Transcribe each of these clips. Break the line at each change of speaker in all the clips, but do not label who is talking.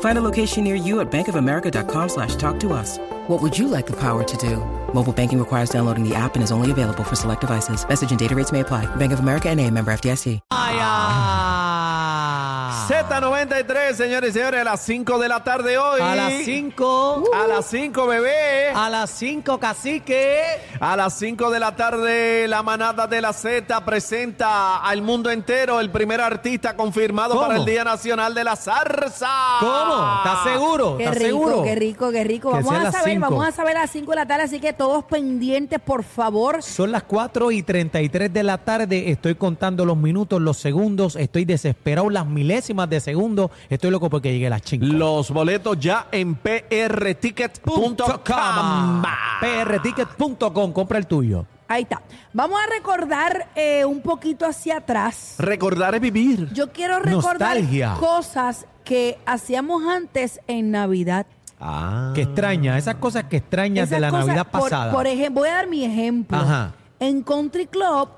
Find a location near you at bankofamerica.com slash talk to us. What would you like the power to do? Mobile banking requires downloading the app and is only available for select devices. Message and data rates may apply. Bank of America and a member FDIC.
Z93, señores y señores, a las 5 de la tarde hoy.
A las Ah. 5.
A las 5, bebé.
A las 5, cacique.
A las 5 de la tarde, la manada de la Z presenta al mundo entero el primer artista confirmado
¿Cómo?
para el Día Nacional de la Zarza.
¿Cómo? ¿Estás seguro?
Qué
¿Estás
rico,
seguro?
qué rico, qué rico.
Que
Vamos
sea a
a
las
saber,
cinco.
vamos a saber a las 5 de la tarde, así que todos pendientes, por favor.
Son las 4 y 33 de la tarde. Estoy contando los minutos, los segundos. Estoy desesperado, las milésimas de segundo. Estoy loco porque llegué a las 5.
Los boletos ya en prtickets.com.
prticket.com. Compra el tuyo.
Ahí está. Vamos a recordar eh, un poquito hacia atrás.
Recordar es vivir.
Yo quiero recordar
Nostalgia.
cosas que hacíamos antes en Navidad.
Ah.
Que extraña. Esas cosas que extrañas
Esas
de la
cosas,
Navidad
por-
pasada.
Por, ejemplo, voy a dar mi ejemplo.
Ajá.
En Country Club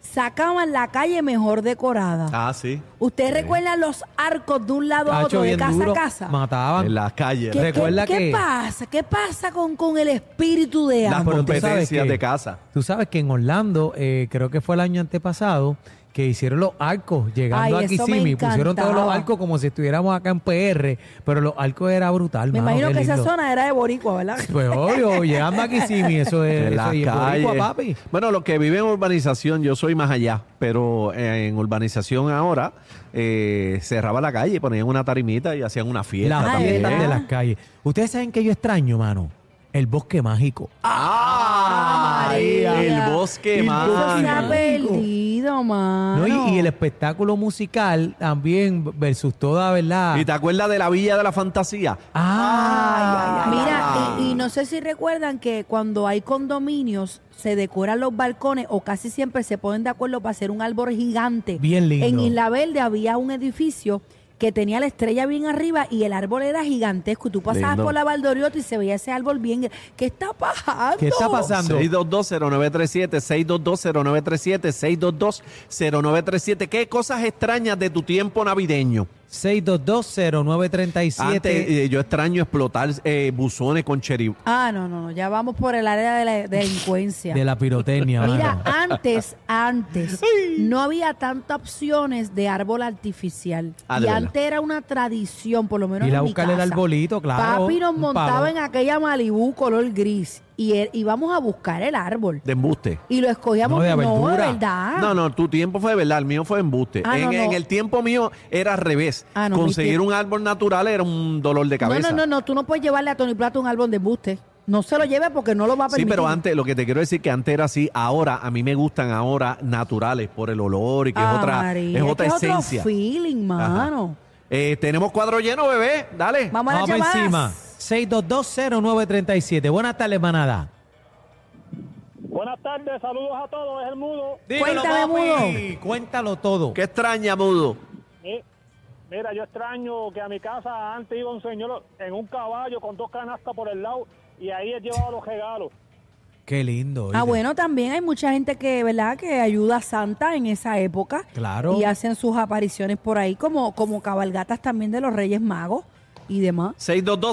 sacaban la calle mejor decorada.
Ah, sí.
¿Ustedes recuerdan los arcos de un lado a
Tacho,
otro, de
bien
casa
duro.
a casa?
En
Mataban.
las calles.
¿Qué,
Recuerda
qué- qué
que-
pasa? ¿Qué pasa con, con el espíritu de
Las
ambos?
Pero tú sabes
competencias
que-
de casa.
Tú sabes que en Orlando, eh, creo que fue el año antepasado, que hicieron los arcos llegando
Ay,
a
eso me
Kissimmee. Pusieron todos los
encantaba.
arcos como si estuviéramos acá en PR, pero los arcos era brutal.
Me
mano,
imagino
qué
que esa
lindo.
zona era de boricua, ¿verdad?
Pues obvio, llegando a Kissimmee, eso es.
En
Eh, eso
las
es boricua,
calles.
papi.
Bueno, los que viven en urbanización, yo soy más allá, pero eh, en urbanización ahora eh, cerraba la calle, ponían una tarimita y hacían una fiesta.
Las
Ah,
también.
fiestas
¿verdad?
de las calles. Ustedes saben que yo extraño, mano. El bosque mágico.
¡Ah!
María.
El bosque
El
más.
Eso se ha
mano.
perdido, mano.
Ah,
¿no? Y, y el espectáculo musical también versus toda, ¿verdad?
¿Y te acuerdas de la Villa de la Fantasía?
ah,
Mira, y, y no sé si recuerdan que cuando hay condominios se decoran los balcones o casi siempre se ponen de acuerdo para hacer un árbol gigante.
Bien lindo.
En Isla Verde había un edificio que tenía la estrella bien arriba y el árbol era gigantesco. Y tú pasabas
Lindo.
por la Valdoriotti y se veía ese árbol bien. ¿Qué está pasando?
¿Qué está pasando?
6220937, 6220937, 6220937. ¿Qué cosas extrañas de tu tiempo navideño?
6220937.
Antes, eh, yo extraño explotar eh, buzones con cherry,
Ah, no, no, no, ya vamos por el área de la delincuencia.
De la pirotecnia.
Mira,
mano.
antes, antes, no había tantas opciones de árbol artificial.
Ah, de
y
verdad.
antes era una tradición, por lo menos
Ir a
en mi
buscarle el
casa.
arbolito, claro,
Papi nos
un palo.
montaba en aquella Malibú color gris y er- íbamos a buscar el árbol.
de embuste.
Y lo escogíamos,
No, de
no, de,
verdura.
verdad.
No, no, tu tiempo fue de verdad, el mío fue embuste.
Ah,
en,
no, no.
en el tiempo mío era al revés.
Ah, no, mi
Conseguir
tiempo-
un árbol natural era un dolor de
no,
cabeza.
no, no, no, tú no puedes llevarle a Tony Plata un árbol de embuste. No se lo lleve porque no lo va a
Sí,
permitir.
pero antes, lo que te quiero decir que antes era así, ahora a mí me gustan ahora naturales por el olor y que
Ah,
es otra,
María,
es otra
que
esencia.
Es otro feeling,
Ajá.
mano.
Eh, tenemos cuadro lleno, bebé. Dale.
Vamos a las
Vamos por
llamadas.
encima. 6220937. Buenas tardes, manada.
Buenas tardes, saludos a todos, es el mudo.
Cuéntame,
papi, Cuéntalo todo.
Qué extraña, mudo.
Eh, Mira, yo extraño que a mi casa antes iba un señor en un caballo con dos canastas por el lado y ahí él llevaba los regalos.
Qué lindo.
Ah,
oiga.
bueno, también hay mucha gente que, ¿verdad?, que ayuda a Santa en esa época.
Claro.
Y hacen sus apariciones por ahí, como, como cabalgatas también de los Reyes Magos y demás.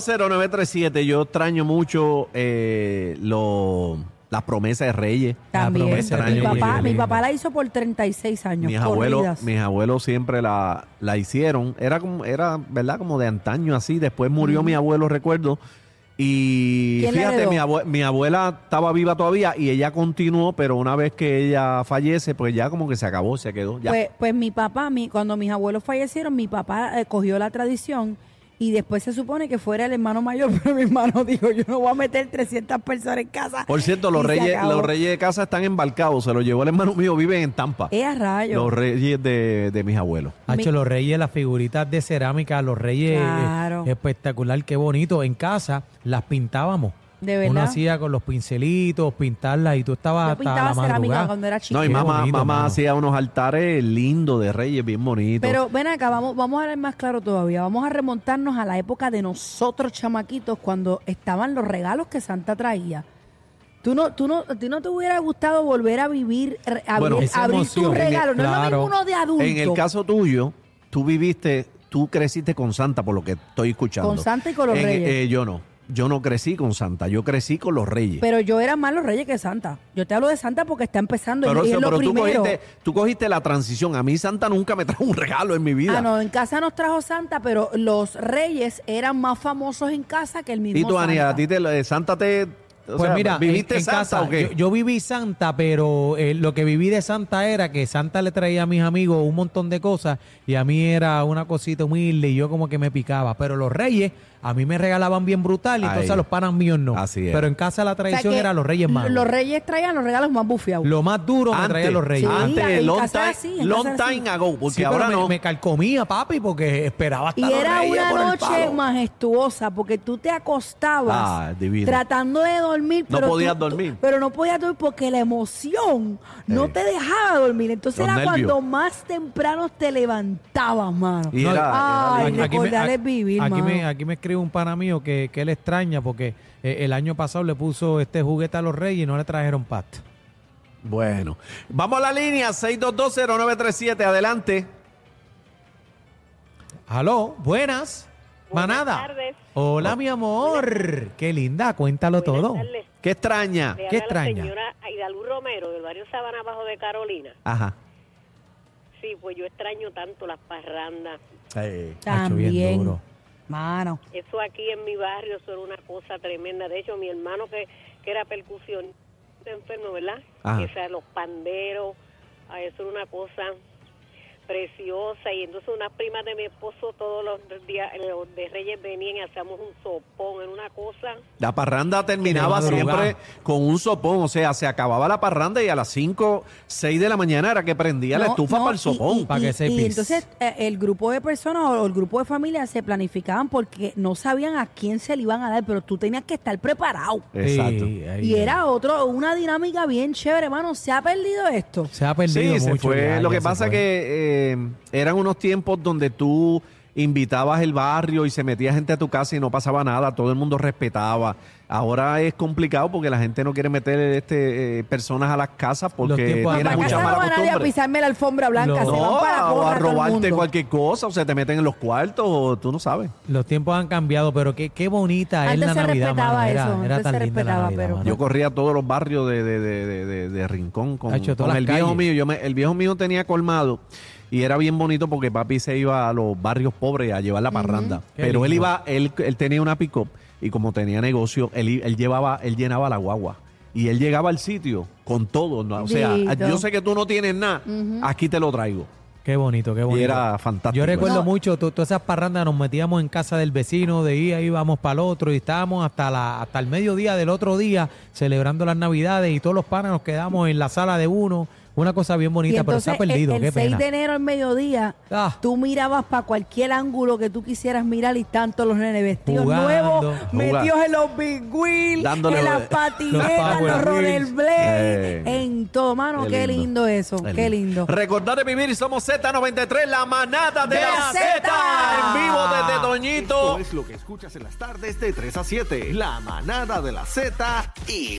6220937. Yo extraño mucho eh, lo- las promesas de Reyes.
La
También.
promesa
de
mi,
Reyes,
papá,
qué
mi
lindo.
papá la hizo por 36 años.
Mis abuelos,
corridas.
mis abuelos siempre la, la hicieron. Era como, era, ¿verdad? Como de antaño así. Después murió mi abuelo, recuerdo. Y
¿Quién la
fíjate,
heredó?
mi, abue- mi abuela estaba viva todavía y ella continuó, pero una vez que ella fallece, pues ya como que se acabó, se quedó. Ya.
Pues, pues mi papá, mi, cuando mis abuelos fallecieron, mi papá eh, cogió la tradición y después se supone que fuera el hermano mayor, pero mi hermano dijo, yo no voy a meter 300 personas en casa.
Por cierto, los
Y se
reyes,
acabó.
los reyes de casa están embarcados. Se los llevó el hermano mío, viven en Tampa.
Eh, a rayos.
Los reyes de, de mis abuelos.
Hacho, los reyes, las figuritas de cerámica, los reyes. eh,
Claro.
espectacular, qué bonito. En casa las pintábamos.
De verdad.
Uno hacía con los pincelitos, pintarlas y tú estabas
Yo
hasta la
pintaba cerámica
madrugada.
cuando era chica.
No, y
Qué
mamá,
bonito,
mamá
mano.
hacía unos altares lindos de reyes, bien bonitos.
Pero ven acá, vamos, vamos a ver más claro todavía. Vamos a remontarnos a la época de nosotros, chamaquitos, cuando estaban los regalos que Santa traía. ¿Tú no, tú no, a ti no te hubiera gustado volver a vivir, re- abrir,
Bueno,
esa
abrir
emoción.
tu regalo? No es lo
Claro.
mismo uno de adulto.
en el caso tuyo, tú viviste, tú creciste con Santa, por lo que estoy escuchando.
Con Santa y con los
En-
reyes.
eh, yo no. Yo no crecí con Santa, yo crecí con los reyes.
Pero yo era más los reyes que Santa. Yo te hablo de Santa porque está empezando y-
Pero
y
eso-
es lo
pero tú,
primero.
cogiste, tú cogiste la transición. A mí Santa nunca me trajo un regalo en mi vida.
Ah, no, en casa nos trajo Santa, pero los reyes eran más famosos en casa que el mismo
y tú,
Santa.
Ania, a ti te, eh, Santa te... o
Pues
sea,
mira,
¿viviste
en, en
Santa
casa,
o qué?
Yo, yo viví Santa, pero eh, lo que viví de Santa era que Santa le traía a mis amigos un montón de cosas y a mí era una cosita humilde y yo como que me picaba. Pero los reyes a mí me regalaban bien brutal y
Ahí.
entonces a los panas míos no.
Así es.
Pero en casa la
O sea
tradición
que
era los reyes magos.
Los reyes traían los regalos más bufiados.
Lo más duro me traían los reyes.
Sí,
Antes,
en
long,
casa
time,
era así, en casa
long
era así.
time ago, porque
Sí, pero
ahora
me,
no.
me calcomía, papi, porque esperaba hasta
Y
los
era
reyes
una
por el
noche
palo.
majestuosa porque tú te acostabas
Ah, divino.
tratando de dormir.
No
pero
podías
tú- tú-
dormir.
Pero no podías dormir porque la emoción no
Eh.
te dejaba dormir. Entonces
Los
era
nervios.
cuando más temprano te levantabas, mano.
Y era- era
Ay,
lindo.
Aquí- recordar es vivir,
aquí
mano.
me, aquí me escribe un pana mío que, que él extraña porque eh, el año pasado le puso este juguete a los reyes y no le trajeron pasta.
Bueno, vamos a la línea 6220937, adelante.
Aló, buenas.
Buenas
Manada.
tardes.
Hola, mi amor. Qué linda, cuéntalo
Buenas
todo.
tardes.
¿Qué extraña?
Le
¿Qué
habla
extraña?
La señora Aidalú Romero del barrio Sabana Bajo de Carolina.
Ajá.
Sí, pues yo extraño tanto las parrandas.
Hacho, bien
También.
duro.
Mano.
Eso aquí en mi barrio eso era una cosa tremenda. De hecho, mi hermano que, que era percusión enfermo, ¿verdad?
Ajá.
O sea, los panderos, ah, eso era una cosa preciosa. Y entonces unas primas de mi esposo todos los días, eh, los de Reyes venían y hacíamos un sopón, era una cosa...
La parranda terminaba
De madrugada.
siempre con un sopón, o sea, se acababa la parranda y a las 5, 6 de la mañana era que prendía la
No,
estufa
no,
para el
y-
sopón.
Y,
Para que
y-
sepis.
y entonces eh, el grupo de personas o el grupo de familias se planificaban porque no sabían a quién se le iban a dar, pero tú tenías que estar preparado.
Exacto.
Sí, ahí
Y
es.
era otro, una dinámica bien chévere, hermano. Se ha perdido esto.
Se ha perdido
Sí,
mucho.
se fue.
ya,
Lo
ya
que
se
pasa
fue.
que eh, eran unos tiempos donde tú invitabas el barrio y se metía gente a tu casa y no pasaba nada, todo el mundo respetaba. Ahora es complicado porque la gente no quiere meter este, eh, personas a las casas porque
tiempos
tiene
antes.
mucha
para casa
mala
no va nadie a
costumbre.
pisarme la alfombra blanca.
No.
se van
No,
para la
o
porra
a
todo el
robarte
mundo.
cualquier cosa, o se te meten en los cuartos, o tú no sabes.
Los tiempos han cambiado, pero qué, qué bonita es
Antes
la
se
Navidad.
respetaba
mano. Era,
eso,
era
antes
tan
se
linda la
respetaba,
Navidad,
pero-
mano.
Yo corría a todos los barrios de, de- de- de- de- de Rincón con,
Tacho, todas
con
las
el viejo
calles.
mío. Yo me- el viejo mío tenía colmado y era bien bonito porque papi se iba a los barrios pobres a llevar la parranda.
Qué
Pero él
lindo.
iba, él, él tenía una pick y como tenía negocio, él, i- él llevaba, él llenaba la guagua. Y él llegaba al sitio con todo. ¿no? O sea,
Dito.
yo sé que tú no tienes nada, aquí te lo traigo.
Qué bonito, qué bonito.
era fantástico
Yo recuerdo
eso.
mucho, to- todas esas parrandas nos metíamos en casa del vecino, de ahí íbamos para el otro y estábamos hasta la hasta el mediodía del otro día celebrando las Navidades y todos los panas nos quedamos en la sala de uno. Una cosa bien
Y
bonita, pero se ha
entonces,
perdido,
el,
qué
el 6
pena.
de enero al mediodía,
Ah.
tú mirabas para cualquier ángulo que tú quisieras mirar y tanto los nenes vestidos
Jugando.
nuevos,
Jugando.
metidos en los big wheels,
Dándole
en las
los
patinetas,
Power
los roller
Wheels.
blades,
Eh.
en todo, mano, qué, lindo. eso, qué lindo.
Recordar de vivir, somos Z93, la manada de,
De
la
la
Z.
Zeta.
En vivo desde Doñito.
Esto es lo que escuchas en las tardes de 3 a 7. La manada de la Z y